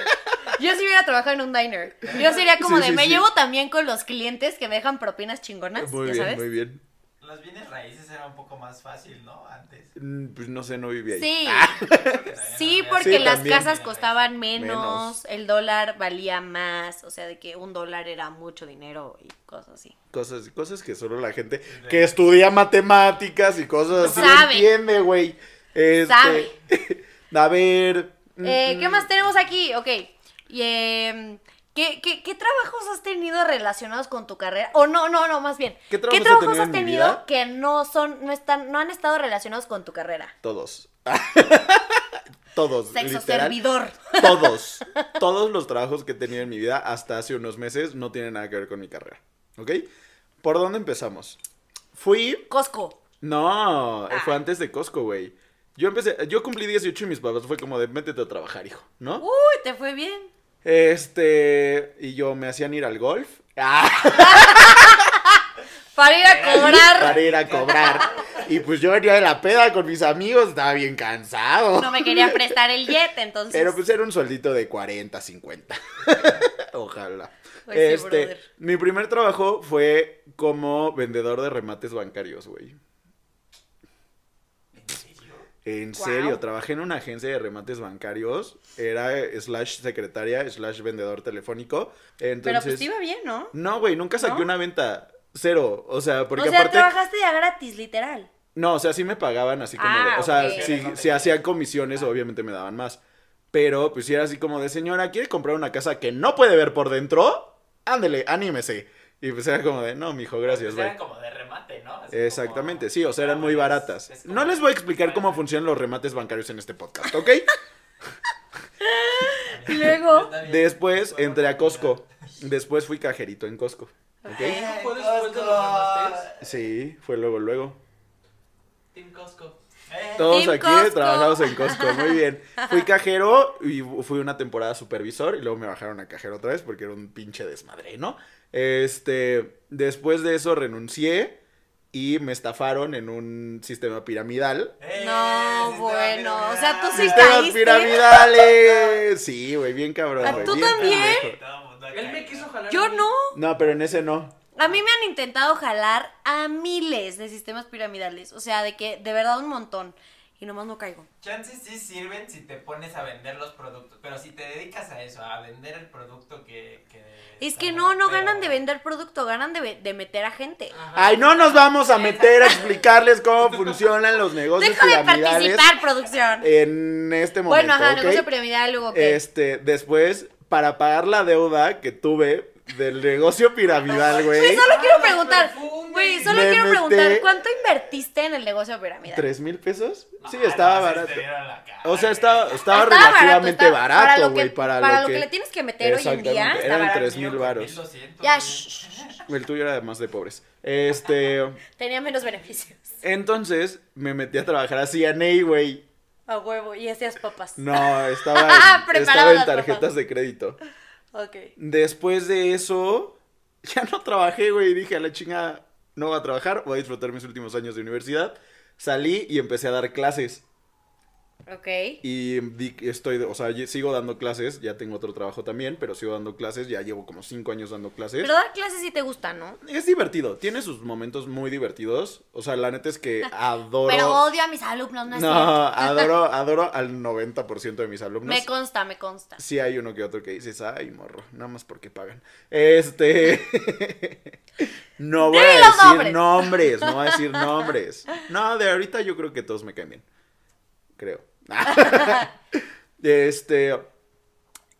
S1: Yo si hubiera trabajado en un diner. Yo sería como
S2: Sí,
S1: de,
S2: sí,
S1: me
S2: sí.
S1: llevo también con los clientes que me dejan propinas chingonas,
S2: Muy
S1: ya
S2: bien,
S1: sabes.
S2: muy bien.
S3: Los bienes raíces era un poco más fácil, ¿no? Antes.
S2: Mm, Pues no sé, no vivía ahí.
S1: Sí,
S3: Creo que también
S1: sí,
S3: había-
S1: porque
S2: Ah. Sí,
S1: las
S2: también.
S1: casas costaban menos,
S2: Menos.
S1: el dólar valía más, o sea, de que un dólar era mucho dinero y cosas así.
S2: Cosas, cosas que solo la gente que estudia matemáticas y cosas así
S1: Sabe.
S2: entiende, güey. Este,
S1: Sabe.
S2: A ver.
S1: Eh,
S2: mm,
S1: ¿Qué más tenemos aquí? Ok. Y, em, ¿qué, qué, qué trabajos has tenido relacionados con tu carrera? O no, no, no, más bien.
S2: ¿Qué trabajos he tenido en mi vida?
S1: que no son, no están, no han estado relacionados con tu carrera?
S2: Todos. todos.
S1: Sexo
S2: literal.
S1: servidor.
S2: Todos. Todos los trabajos que he tenido en mi vida hasta hace unos meses no tienen nada que ver con mi carrera. ¿Ok? ¿Por dónde empezamos? Fui
S1: Costco.
S2: No, eh,
S1: Ah.
S2: fue antes de Costco, güey. Yo empecé, yo cumplí 18 y mis papás fue como de métete a trabajar, hijo, ¿no?
S1: Uy, te fue bien.
S2: Este, y yo me hacían ir al golf ah,
S1: Para ir a
S2: para
S1: cobrar.
S2: ir a cobrar. Y pues yo venía de la peda con mis amigos, estaba bien cansado.
S1: No me quería prestar el jet, entonces.
S2: Pero pues era un sueldito de 40, 50. Ojalá.
S1: Pues sí,
S2: este,
S1: brother.
S2: mi primer trabajo fue como vendedor de remates bancarios, güey.
S3: ¿En serio?
S2: En
S1: Guau.
S2: serio, trabajé en una agencia de remates bancarios. Era eh, slash secretaria, slash vendedor telefónico.
S1: Pero
S2: Entonces.
S1: pues te iba bien, ¿no?
S2: No, güey, nunca saqué
S1: ¿No?
S2: una venta. Cero. O sea, porque
S1: o sea,
S2: aparte.
S1: trabajaste ya gratis, literal.
S2: No, o sea, sí me pagaban así como
S1: Ah,
S2: de. O sea,
S1: ok.
S2: si, si hacían comisiones, obviamente me daban más. Pero pues si era así como de señora, ¿quiere comprar una casa que no puede ver por dentro? Ándele, anímese. Y pues era como de, no, mijo, gracias,
S3: Pues
S2: güey.
S3: eran como de remate, ¿no? Así
S2: Exactamente,
S3: como-
S2: sí, o sea, eran muy
S3: Es-
S2: baratas.
S3: es como-
S2: No les voy a explicar cómo funcionan los remates bancarios en este podcast, ¿ok?
S1: Y luego.
S3: Está bien.
S2: Después
S3: Fue
S2: entré
S3: buena
S2: a Costco. Después fui cajerito en Costco. ¿Ok?
S3: oportunidad. ¿Fue después de los remates?
S2: Sí, fue luego, luego.
S3: Team Costco. Eh,
S2: Todos
S1: Team
S2: aquí
S1: Costco.
S2: trabajamos en Costco, muy bien. Fui cajero y fui una temporada supervisor y luego me bajaron a cajero otra vez porque era un pinche desmadre, ¿no? Este, después de eso renuncié y me estafaron en un sistema piramidal.
S3: eh,
S1: No,
S3: sistema
S1: bueno, o sea, tú sí
S3: piramidal.
S2: ¡Sistemas
S1: ¿Caíste?
S2: piramidales! Sí, güey, bien cabrón,
S1: ¿Ah,
S2: güey,
S1: tú
S2: bien
S1: también?
S2: pendejo.
S3: Todo mundo ha
S4: Él me
S3: caído.
S4: quiso jalar. a
S1: Yo
S4: mí.
S1: no.
S2: No, pero en ese no.
S1: A mí me han intentado jalar a miles de sistemas piramidales. O sea, de que de verdad un montón. Y nomás no caigo.
S3: Chances sí sirven si te pones a vender los productos, pero si te dedicas a eso, a vender el producto que... que
S1: Es que
S3: está
S1: no, no
S3: feo.
S1: ganan de vender producto, ganan de, ve- de meter a gente.
S2: Ay, no nos vamos a meter a explicarles cómo funcionan los negocios
S1: Deja de
S2: piramidales
S1: participar, producción.
S2: en este momento.
S1: bueno, ajá,
S2: ¿ok?
S1: negocio piramidal, luego qué.
S2: Este, después, para pagar la deuda que tuve del negocio piramidal, güey.
S1: Solo quiero
S4: los
S1: preguntar,
S4: perfumes.
S1: güey, solo
S2: Me
S1: quiero
S2: metí-
S1: preguntar, ¿cuánto invertiste en el negocio piramidal?
S2: ¿Tres mil pesos? Sí,
S3: Ah,
S2: estaba
S3: no, sí te
S2: barato.
S3: vieron la cara,
S2: O sea,
S3: güey.
S2: estaba, estaba
S1: Estaba barato,
S2: relativamente
S1: estaba- para lo
S2: barato,
S1: que-
S2: güey, para,
S1: para
S2: lo que...
S1: le tienes que meter hoy en día,
S2: Exactamente,
S1: está
S2: eran
S1: barato.
S2: tres
S3: Mío
S2: mil
S3: con
S2: varos.
S3: 1200,
S1: Ya,
S3: güey.
S1: shh, shh, shh,
S2: El tuyo era más de pobres. Este,
S1: tenía menos beneficios.
S2: entonces, me metí a trabajar a CNA, güey.
S1: A huevo, y hacías papas.
S2: No, estaba
S1: Ah,
S2: en,
S1: preparaba
S2: estaba en
S1: las
S2: tarjetas
S1: papas.
S2: de crédito.
S1: Ok.
S2: Después de eso, ya no trabajé, güey. Dije, a la chinga, no voy a trabajar, voy a disfrutar mis últimos años de universidad. Salí y empecé a dar clases.
S1: Ok.
S2: Y di- estoy, o sea, ye- sigo dando clases, ya tengo otro trabajo también, pero sigo dando clases, ya llevo como cinco años dando clases.
S1: Pero dar clases sí te gusta, ¿no?
S2: Es divertido, tiene sus momentos muy divertidos. O sea, la neta es que adoro...
S1: Pero odio a mis alumnos, no es
S2: no,
S1: cierto.
S2: adoro, adoro al 90% de mis alumnos.
S1: Me consta, me consta.
S2: Sí hay uno que otro que dices, ay, morro, nada más porque pagan. Este... no voy a
S1: Dime
S2: decir
S1: los
S2: nombres.
S1: nombres.
S2: no voy a decir nombres. No, de ahorita yo creo que todos me caen bien. Creo. este...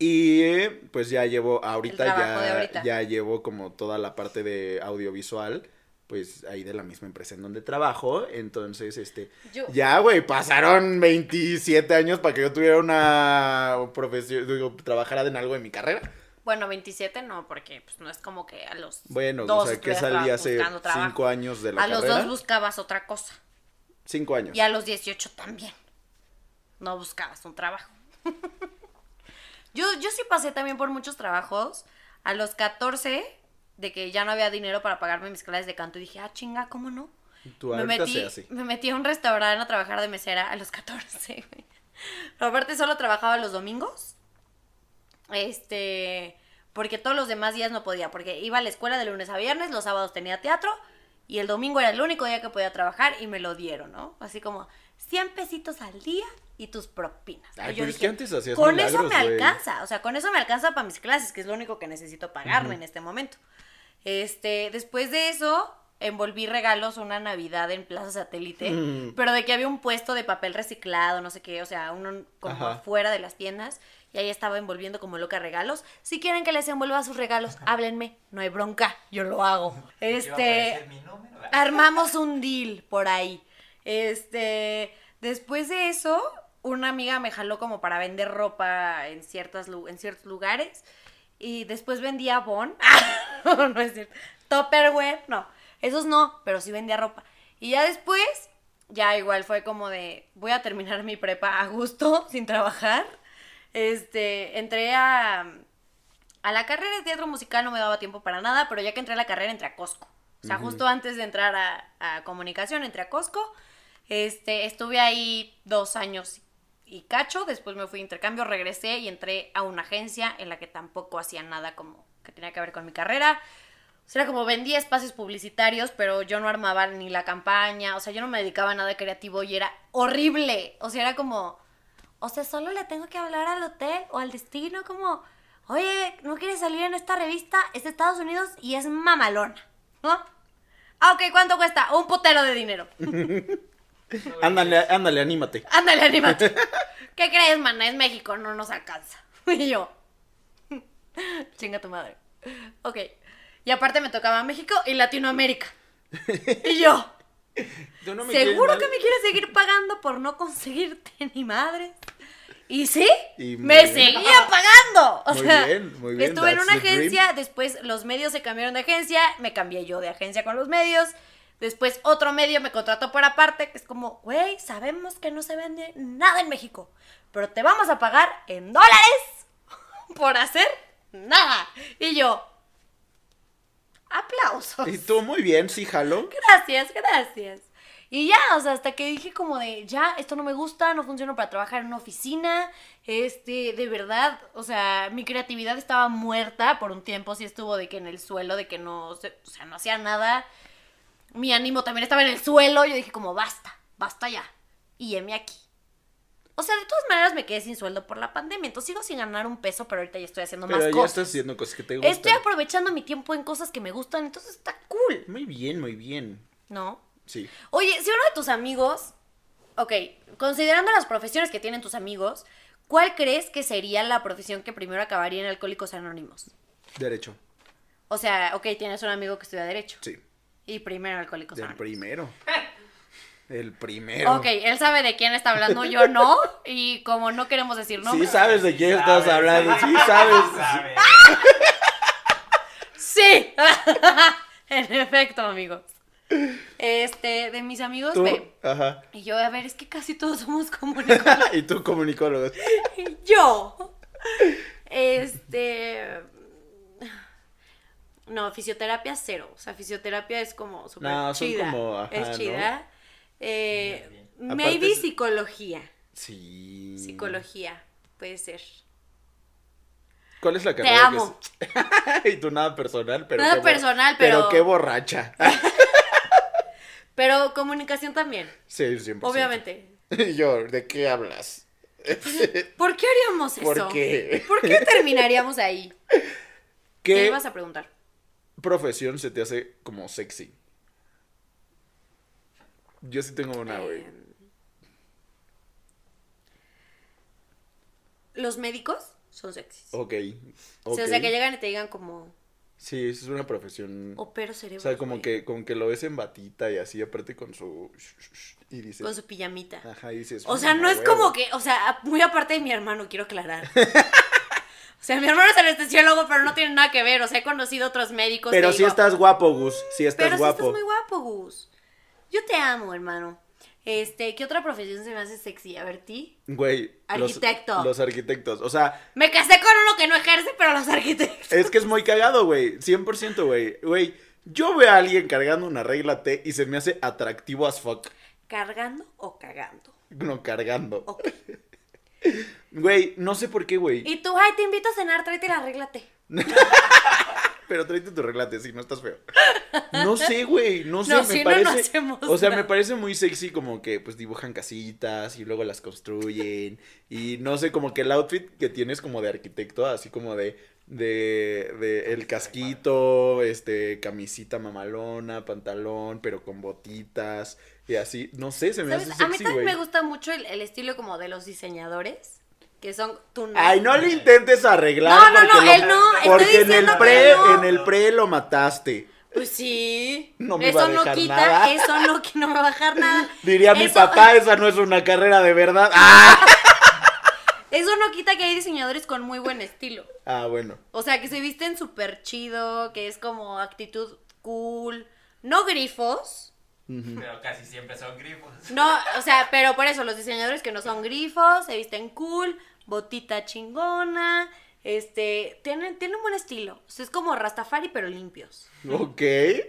S2: Y pues ya llevo, ahorita
S1: El trabajo de
S2: ya,
S1: ahorita.
S2: ya llevo como toda la parte de audiovisual, pues ahí de la misma empresa en donde trabajo, entonces este,
S1: Yo-
S2: ya, güey, pasaron 27 años para que yo tuviera una profesión, digo, trabajara en algo de mi carrera.
S1: Bueno, 27 no, porque pues, no es como que a los
S2: Bueno,
S1: dos
S2: o sea, que
S1: estuvieras
S2: salí
S1: traba-
S2: hace
S1: buscando trabajo.
S2: 5 años de la
S1: A los
S2: carrera.
S1: dos buscabas otra cosa.
S2: 5 años.
S1: Y a los 18 también. No buscabas un trabajo. yo, yo sí pasé también por muchos trabajos. A los 14, de que ya no había dinero para pagarme mis clases de canto, y dije, ah, chinga, ¿cómo no?
S2: Tú
S1: me
S2: ahorita
S1: metí,
S2: se hace.
S1: me metí a un restaurante a trabajar de mesera a los 14, güey. Pero aparte solo trabajaba los domingos. Este, porque todos los demás días no podía, porque iba a la escuela de lunes a viernes, los sábados tenía teatro Y el domingo era el único día que podía trabajar y me lo dieron, ¿no? Así como 100 pesitos al día y tus propinas.
S2: Ay,
S1: Y yo
S2: pero es
S1: dije,
S2: que antes hacías
S1: con eso
S2: milagros,
S1: me
S2: güey.
S1: alcanza, o sea, con eso me alcanza para mis clases, que es lo único que necesito pagarme en este momento. Este, después de eso, envolví regalos una Navidad en Plaza Satélite,
S2: Mm.
S1: pero de que había un puesto de papel reciclado, no sé qué, o sea, uno como
S2: Ajá.
S1: afuera de las tiendas, y ahí estaba envolviendo como loca regalos. Si quieren que les envuelva sus regalos, háblenme, no hay bronca, yo lo hago.
S3: Iba a aparecer
S1: Este,
S3: mi número.
S1: armamos un deal por ahí. Este, después de eso, una amiga me jaló como para vender ropa en, ciertas, lu- en ciertos lugares. Y después vendía Bon. no, no es cierto. Topperware, no. Esos no, pero sí vendía ropa. Y ya después, ya igual fue como de, voy a terminar mi prepa a gusto, sin trabajar. Este, entré a, a la carrera de teatro musical no me daba tiempo para nada, pero ya que entré a la carrera entré a Costco. O sea,
S2: Ujú.
S1: justo antes de entrar a, a comunicación entré a Costco. Este, estuve ahí dos años y cacho, después me fui a intercambio, regresé y entré a una agencia en la que tampoco hacía nada como que tenía que ver con mi carrera. O sea, era como vendía espacios publicitarios, pero yo no armaba ni la campaña, o sea, yo no me dedicaba a nada creativo y era horrible. O sea, era como, o sea, solo le tengo que hablar al hotel o al destino como, oye, ¿no quieres salir en esta revista? Es de Estados Unidos y es mamalona, ¿no? Ah, ok, ¿cuánto cuesta? Un putero de dinero.
S2: Ándale, ándale, anímate.
S1: Ándale, anímate. ¿Qué crees, mana? Es México, no nos alcanza. Y yo. Chinga tu madre. Ok. Y aparte me tocaba México y Latinoamérica. Y yo.
S2: Tú no me quieres
S1: Seguro
S2: mal.
S1: que me quieres seguir pagando por no conseguirte ni madre. Y sí,
S2: Y muy
S1: me
S2: bien.
S1: seguía pagando. O
S2: Muy
S1: sea,
S2: bien, muy bien,
S1: estuve en
S2: that's
S1: una
S2: the dream.
S1: agencia, después los medios se cambiaron de agencia, me cambié yo de agencia con los medios. Después otro medio me contrató por aparte, que es como, güey, sabemos que no se vende nada en México, pero te vamos a pagar en dólares por hacer nada. Y yo, aplausos.
S2: Y tú, muy bien, sí, jalo.
S1: Gracias, gracias. Y ya, o sea, hasta que dije como de, ya, esto no me gusta, no funciona para trabajar en una oficina, este, de verdad, o sea, mi creatividad estaba muerta por un tiempo, sí estuvo de que en el suelo, de que no, se- o sea, no hacía nada, mi ánimo también estaba en el suelo, yo dije como, basta, basta ya, y heme aquí. O sea, de todas maneras me quedé sin sueldo por la pandemia, entonces sigo sin ganar un peso, pero ahorita ya estoy haciendo
S2: Pero
S1: más
S2: ya
S1: cosas.
S2: estás haciendo cosas que te gustan.
S1: Estoy aprovechando mi tiempo en cosas que me gustan, entonces está cool,
S2: Muy bien, muy bien.
S1: ¿no?
S2: Sí.
S1: Oye, si uno de tus amigos, ok, considerando las profesiones que tienen tus amigos, ¿cuál crees que sería la profesión que primero acabaría en Alcohólicos Anónimos?
S2: Derecho.
S1: O sea, ok, tienes un amigo que estudia Derecho
S2: Sí.
S1: y primero en Alcohólicos
S2: El
S1: Anónimos.
S2: primero. El primero.
S1: Ok, él sabe de quién está hablando, yo no, y como no queremos decir
S2: Sí
S1: nombres.
S2: sabes Pues, de quién estás
S3: Sabes,
S2: hablando, sí sabes.
S3: Sabes.
S1: Sí, en efecto, amigos. Este, de mis amigos,
S2: Tú,
S1: de-
S2: ajá.
S1: Y yo, a ver, es que casi todos somos comunicadores.
S2: Y tú comunicólogo.
S1: Yo. Este. No, fisioterapia cero. O sea, fisioterapia es como súper
S2: No, son
S1: chida.
S2: como, ajá,
S1: es chida. Eh,
S3: Muy bien.
S1: maybe
S2: Aparte es- Mm.
S1: psicología.
S2: Sí.
S1: Psicología. Puede ser.
S2: ¿Cuál es la
S1: Te
S2: carrera? que
S1: amo.
S2: es- y tú nada personal, pero.
S1: Nada
S2: qué bo-
S1: personal, pero-
S2: Pero qué borracha.
S1: Pero comunicación también.
S2: Sí, siempre.
S1: Obviamente.
S2: Y yo, ¿de qué hablas?
S1: ¿Por qué haríamos eso?
S2: ¿Por qué?
S1: ¿Por qué terminaríamos ahí? ¿Qué,
S2: ¿Qué
S1: ibas a preguntar?
S2: profesión se te hace como sexy? Yo sí tengo una, Ah, güey.
S1: Eh, Los médicos son sexys. O
S2: Ok.
S1: sea,
S2: ok.
S1: O sea, que llegan y te digan como,
S2: Sí, es una profesión.
S1: opero cerebro.
S2: O sea, como que, como que lo ves en batita y así, aparte con su. Y dices.
S1: Con su pijamita.
S2: Ajá, y dices.
S1: o sea,
S2: "Mm,
S1: no es
S2: huevo".
S1: como que, o sea, a- muy aparte de mi hermano, quiero aclarar. O sea, mi hermano es anestesiólogo, pero no tiene nada que ver. O sea, he conocido otros médicos.
S2: Pero
S1: que
S2: sí
S1: digo,
S2: estás guapo, Gus. Sí estás
S1: Pero sí
S2: guapo.
S1: estás muy guapo, Gus. Yo te amo, hermano. Este, ¿qué otra profesión se me hace sexy? A ver, ti.
S2: Güey. los-
S1: Arquitecto.
S2: Los, arquitectos. O sea,
S1: Me casé con uno que no ejerce, pero los arquitectos.
S2: es que es muy cagado, güey. 100%, güey. Güey, yo veo a alguien cargando una regla T y se me hace atractivo as fuck.
S1: ¿Cargando o cagando?
S2: No, cargando.
S1: Ok.
S2: Güey, no sé por qué, güey.
S1: Y tú, ay, te invito a cenar, tráete la regla T.
S2: Pero pero tráete tu reglate, si no estás feo. No sé, güey, no sé,
S1: No,
S2: me
S1: si no, no
S2: parece.
S1: hacemos
S2: o sea,
S1: nada.
S2: me parece muy sexy como que pues dibujan casitas y luego las construyen y no sé, como que el outfit que tienes como de arquitecto, así como de de, de el casquito, este camisita mamalona, pantalón, pero con botitas y así, no sé, se me hace
S1: ¿Sabes? A mí
S2: sexy,
S1: también
S2: güey.
S1: me gusta mucho el, el estilo como de los diseñadores, que son tú no.
S2: Ay, no le intentes arreglar.
S1: No, no, no,
S2: porque lo-
S1: él no, estoy
S2: Porque en el
S1: diciendo que
S2: pre,
S1: no.
S2: en el pre lo mataste.
S1: Pues sí.
S2: No me
S1: eso
S2: va a
S1: no
S2: dejar
S1: quita,
S2: nada.
S1: eso no, qui- no me va a bajar nada.
S2: Diría mi
S1: Eso- eh.
S2: papá, esa no es una carrera de verdad. ¡Ah!
S1: Eso no quita que hay diseñadores con muy buen estilo.
S2: Ah, bueno.
S1: O sea, que se visten súper chido, que es como actitud cool. No grifos.
S3: Pero casi siempre son grifos.
S1: No, o sea, pero por eso los diseñadores que no son grifos, se visten cool, botita chingona. Este, tienen, tienen un buen estilo. O sea, es como Rastafari, pero limpios.
S2: Ok.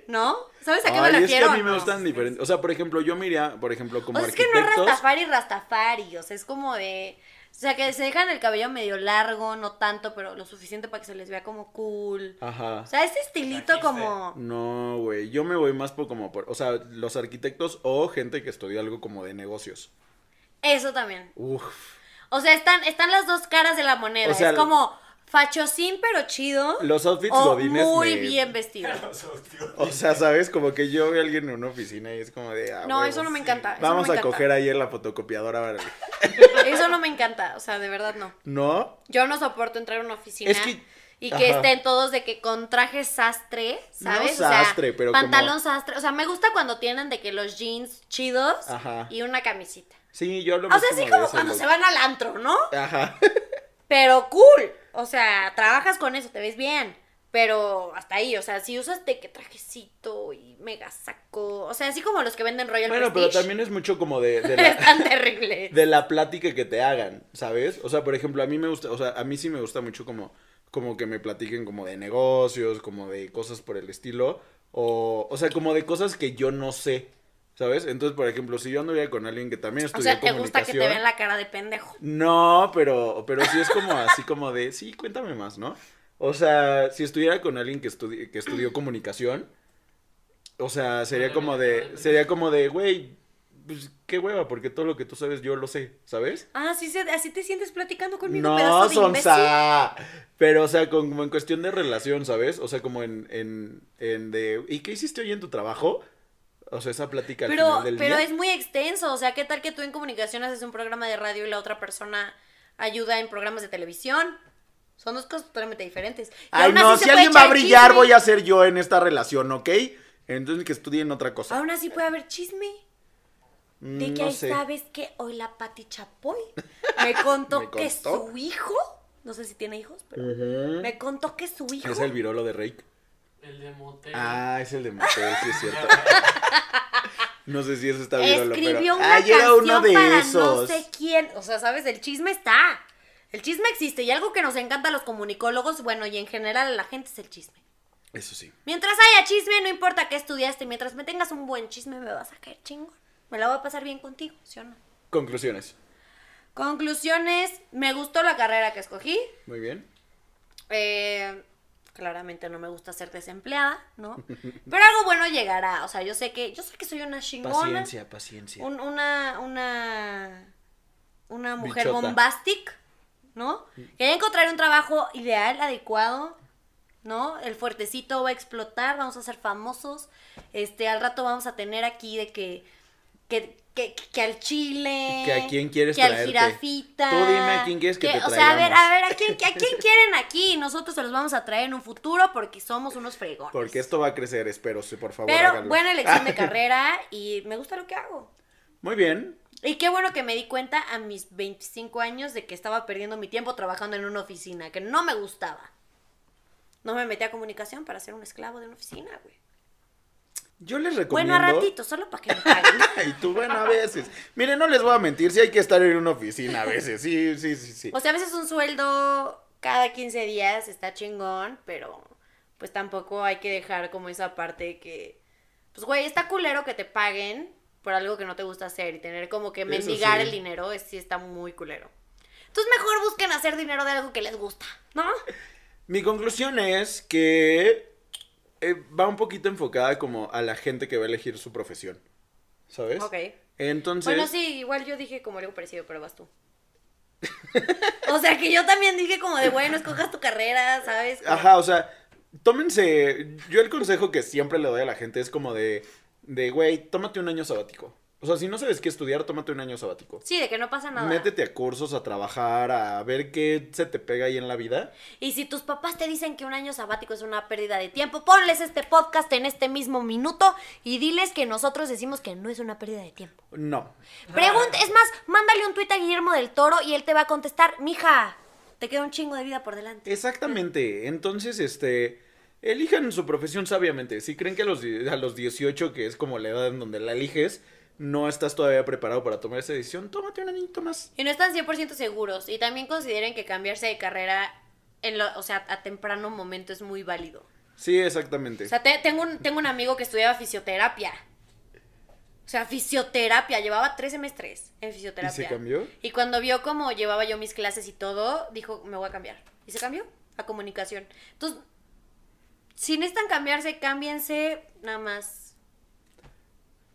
S1: ¿No? ¿Sabes a qué
S2: Ay,
S1: me
S2: es que
S1: refiero?
S2: a mí me
S1: No.
S2: gustan diferentes. O sea, por ejemplo, yo miraría, por ejemplo, como
S1: o sea, es que
S2: arquitectos.
S1: no es Rastafari, Rastafari, o sea, es como de... O sea, que se dejan el cabello medio largo, no tanto, pero lo suficiente para que se les vea como cool.
S2: Ajá.
S1: O sea, ese estilito
S3: Trajiste.
S1: como...
S2: No, güey. Yo me voy más por como por. O sea, los arquitectos o gente que estudió algo como de negocios.
S1: Eso también.
S2: Uf.
S1: O sea, están, están las dos caras de la moneda.
S2: O sea,
S1: es como fachosín, pero chido.
S2: Los outfits
S1: o
S2: godines
S1: Oh, muy
S2: me-
S1: bien vestido.
S2: O sea, ¿sabes? Como que yo veo a alguien en una oficina y es como de. ah,
S1: No,
S2: huevo.
S1: eso no me encanta. eso no
S2: Vamos
S1: me
S2: a
S1: encanta.
S2: coger ahí en la fotocopiadora. órale.
S1: Eso no me encanta, o sea, de verdad no.
S2: ¿No?
S1: Yo no soporto entrar a una oficina
S2: Es que-
S1: y que
S2: ajá.
S1: estén todos de que con trajes sastre,
S2: No
S1: ¿sabes?
S2: sastre, pero
S1: pantalón
S2: como-
S1: sastre. O sea, me gusta cuando tienen de que los jeans chidos
S2: Ajá.
S1: y una camisita.
S2: Sí, yo lo
S1: O sea, sí
S2: de
S1: como
S2: ese
S1: cuando
S2: look.
S1: se van al antro, ¿no?
S2: Ajá.
S1: Pero cool. O sea, trabajas con eso, te ves bien. Pero hasta ahí, o sea, si usas de que trajecito y mega saco. O sea, así como los que venden Royal
S2: Bueno, pero
S1: Prestige,
S2: también es mucho como de, de
S1: es
S2: la,
S1: tan terrible.
S2: de la plática que te hagan, ¿sabes? O sea, por ejemplo, a mí me gusta, o sea, a mí sí me gusta mucho como, como que me platiquen como de negocios, como de cosas por el estilo, o, o sea, como de cosas que yo no sé, ¿sabes? Entonces, por ejemplo, si yo anduviera con alguien que también
S1: O
S2: estudió
S1: sea, te gusta que te
S2: comunicación-
S1: vean la cara de pendejo.
S2: No, pero, pero sí es como así como de, sí, cuéntame más, ¿no? O sea, si estuviera con alguien que, estudi- que estudió comunicación, o sea, sería como de, sería como de, güey, pues qué hueva, porque todo lo que tú sabes yo lo sé, ¿sabes?
S1: Ah, sí, se- así te sientes platicando conmigo, pedazo
S2: No,
S1: de imbécil.
S2: sonsa. Pero, o sea, con- como en cuestión de relación, ¿sabes? O sea, como en, en, en de, ¿y qué hiciste hoy en tu trabajo? O sea, esa plática al
S1: Pero,
S2: final del
S1: pero
S2: día.
S1: es muy extenso, o sea, ¿qué tal que tú en comunicación haces un programa de radio y la otra persona ayuda en programas de televisión? Son dos cosas totalmente diferentes. Y
S2: Ay,
S1: aún
S2: no,
S1: así se
S2: si
S1: puede
S2: alguien va a
S1: echar
S2: brillar,
S1: chisme.
S2: voy a ser yo en esta relación, ¿ok? Entonces que estudien otra cosa.
S1: Aún así puede haber chisme.
S2: Mm,
S1: De que
S2: no
S1: ahí
S2: sé.
S1: sabes que hoy la Pati Chapoy me contó,
S2: Me
S1: que
S2: contó.
S1: su hijo, no sé si tiene hijos, pero
S2: Ujú.
S1: me contó que su hijo
S2: Es el virolo de Rake.
S4: El de
S1: Eh.
S4: motel.
S2: Ah, es el de Mateo, sí es cierto. No sé si eso está virolo, pero.
S1: escribió una
S2: Ay, era
S1: canción
S2: uno de
S1: para no
S2: esos.
S1: sé quién. O sea, sabes, el chisme está. El chisme existe y algo que nos encanta a los comunicólogos, bueno, y en general a la gente es el chisme.
S2: Eso sí.
S1: Mientras haya chisme, no importa qué estudiaste, mientras me tengas un buen chisme me vas a caer chingón. Me la voy a pasar bien contigo, ¿sí o no?
S2: Conclusiones.
S1: Conclusiones, me gustó la carrera que escogí.
S2: Muy bien.
S1: Eh, claramente no me gusta ser desempleada, ¿no? Pero algo bueno llegará. O sea, yo sé que yo sé que soy una chingona.
S2: Paciencia, paciencia.
S1: un- una, una, una mujer
S2: Bichota. Mm.
S1: bombastic, ¿no? Quería encontrar un trabajo ideal, adecuado, ¿no? El fuertecito va a explotar, vamos a ser famosos, este, al rato vamos a tener aquí de que, que, que, que al chile.
S2: Que a quién quieres
S1: que al
S2: traerte.
S1: jirafita.
S2: Tú dime a quién quieres que te
S1: O sea, a ver,
S2: traigamos.
S1: a ver, a quién, a quién quieren aquí, nosotros se los vamos a traer en un futuro porque somos unos fregones.
S2: Porque esto va a crecer, espero, sí, por favor.
S1: Pero
S2: háganlo. Ah,
S1: buena elección de carrera y me gusta lo que hago.
S2: Muy bien.
S1: Y qué bueno que me di cuenta a mis 25 años de que estaba perdiendo mi tiempo trabajando en una oficina, que no me gustaba. No me metí a comunicación para ser un esclavo de una oficina, güey.
S2: Yo les
S1: Bueno,
S2: recomiendo.
S1: a ratito, solo para que me paguen.
S2: Y tú, bueno, a veces. Miren, no les voy a mentir, sí hay que estar en una oficina a veces. Sí, sí, sí, sí.
S1: O sea, a veces un sueldo cada 15 días está chingón, pero pues tampoco hay que dejar como esa parte que, pues güey, está culero que te paguen por algo que no te gusta hacer y tener como que
S2: Eso
S1: mendigar
S2: sí.
S1: el dinero, es, sí está muy culero. Entonces mejor busquen hacer dinero de algo que les gusta, ¿no?
S2: Mi conclusión es que eh, va un poquito enfocada como a la gente que va a elegir su profesión. ¿Sabes?
S1: Ok.
S2: Entonces.
S1: Bueno, sí, igual yo dije como algo parecido, pero vas tú. o sea que yo también dije como de, bueno, escojas tu carrera, ¿sabes? Como-
S2: Ajá, o sea, tómense. Yo el consejo que siempre le doy a la gente es como de. De, güey, tómate un año sabático. O sea, si no sabes qué estudiar, tómate un año sabático.
S1: Sí, de que no pasa nada.
S2: Métete a cursos, a trabajar, a ver qué se te pega ahí en la vida.
S1: Y si tus papás te dicen que un año sabático es una pérdida de tiempo, ponles este podcast en este mismo minuto y diles que nosotros decimos que no es una pérdida de tiempo.
S2: No.
S1: Pregunta, es más, mándale un tuit a Guillermo del Toro y él te va a contestar, mija, te queda un chingo de vida por delante.
S2: Exactamente. Entonces, este. Elijan su profesión sabiamente. Si creen que a los, die- a los 18, que es como la edad en donde la eliges, no estás todavía preparado para tomar esa decisión, tómate un añito más.
S1: Y no están 100% seguros. Y también consideren que cambiarse de carrera, en lo- o sea, a temprano momento es muy válido.
S2: Sí, exactamente.
S1: O sea, te- tengo, un, tengo un amigo que estudiaba fisioterapia. O sea, fisioterapia. Llevaba tres semestres en
S2: ¿Y
S1: fisioterapia.
S2: se cambió?
S1: Y cuando vio cómo llevaba yo mis clases y todo, dijo, me voy a cambiar. Y se cambió a comunicación. Entonces, si necesitan cambiarse, cámbiense nada más.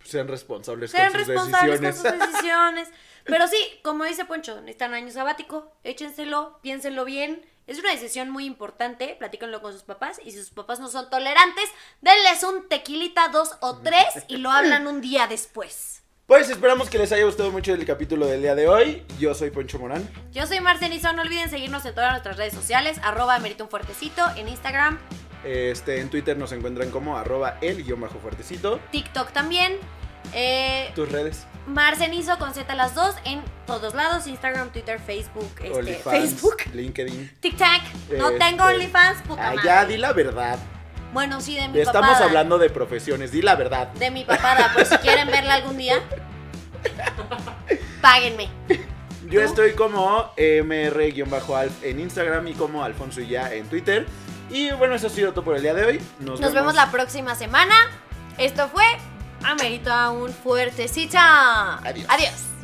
S2: Sean responsables
S1: Sean
S2: Pues con sus
S1: responsables
S2: decisiones.
S1: con sus decisiones. Pero sí, como dice Poncho, necesitan año sabático, échenselo, piénsenlo bien. Es una decisión muy importante, platíquenlo con sus papás y si sus papás no son tolerantes, denles un tequilita, dos o tres y lo hablan un día después.
S2: Pues esperamos que les haya gustado mucho el capítulo del día de hoy. Yo soy Poncho Morán.
S1: Yo soy Marcelizón, no olviden seguirnos en todas nuestras redes sociales, arroba merito un fuertecito, en Instagram,
S2: Este, en Twitter nos encuentran como arroba el guión bajo fuertecito.
S1: TikTok también. Eh,
S2: Tus redes.
S1: Marcenizo con Z las dos en todos lados, Instagram, Twitter, Facebook, este,
S2: OnlyFans,
S1: Facebook,
S2: LinkedIn.
S1: Tic Tac. No
S2: Este,
S1: tengo OnlyFans, puta
S2: Ah,
S1: madre.
S2: ya, di la verdad.
S1: Bueno, sí, de mi
S2: Estamos
S1: papada.
S2: hablando de profesiones, di la verdad.
S1: De mi papada, por si quieren verla algún día, páguenme.
S2: Yo
S1: ¿Tú?
S2: estoy como mr-alf en Instagram y como Alfonso y ya en Twitter. Y bueno, eso ha sido todo por el día de hoy. Nos,
S1: Nos vemos la próxima semana. Esto fue Amerita un fuertecita.
S2: Adiós.
S1: Adiós.